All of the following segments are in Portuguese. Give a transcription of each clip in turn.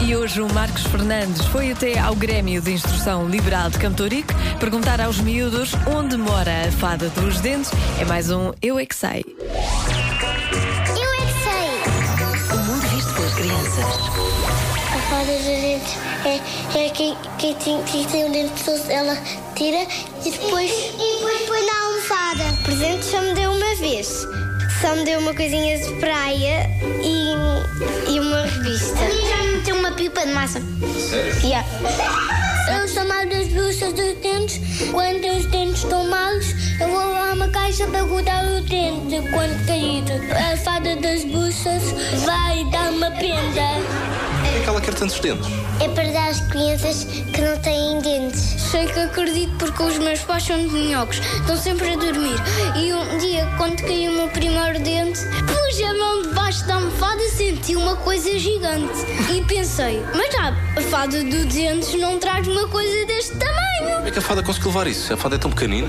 E hoje o Marcos Fernandes foi até ao Grêmio de Instrução Liberal de Campo Torico perguntar aos miúdos onde mora a fada dos dentes. É mais um Eu É Que Sei. Eu é que sei. O mundo visto pelas crianças. A fada dos dentes é, é quem, quem, tem, quem tem um dente doce, ela tira e depois. E, depois põe na almofada. Presente só me deu uma vez. Só me deu uma coisinha de praia e, e uma revista. A mim já me deu uma pipa de massa. Sério? Yeah. São chamadas bruxas dos dentes. Quando os dentes estão malos, eu vou lá uma caixa para cuidar o dente quando caído. A fada das bruxas vai dar uma penda. Por que é que ela quer tantos dentes? É para dar às crianças que não têm dentes. Sei que acredito porque os meus pais são de minhocos, estão sempre a dormir. E um dia, quando caiu o meu primeiro dente, pus a mão debaixo da almofada e senti uma coisa gigante. E pensei, mas ah, a fada do dentes não traz uma coisa deste tamanho. Como é que a fada conseguiu levar isso? A fada é tão pequenina.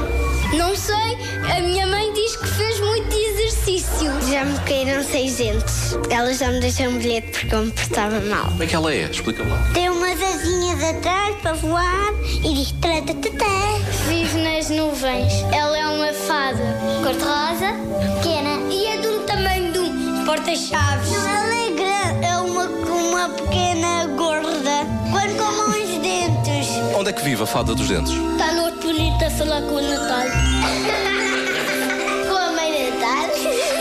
Não sei, a minha mãe diz que fez muito exercício. Já me caíram seis dentes. Ela já me deixou um bilhete porque eu me portava mal. Como é que ela é? Explica-me lá. Tem umas asinhas atrás para voar e diz tratatatá. Vive nas nuvens. Ela é uma fada. Cor-de-rosa, pequena. E é de um tamanho de um porta-chaves. Ela é grande. É uma, uma pequena gorda. Quando com os dentes. Onde é que vive a fada dos dentes? Está no outro bonito a falar com o Natal. com a mãe Natal.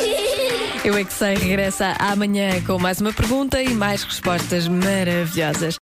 Eu É Que Sei regressa amanhã com mais uma pergunta e mais respostas maravilhosas.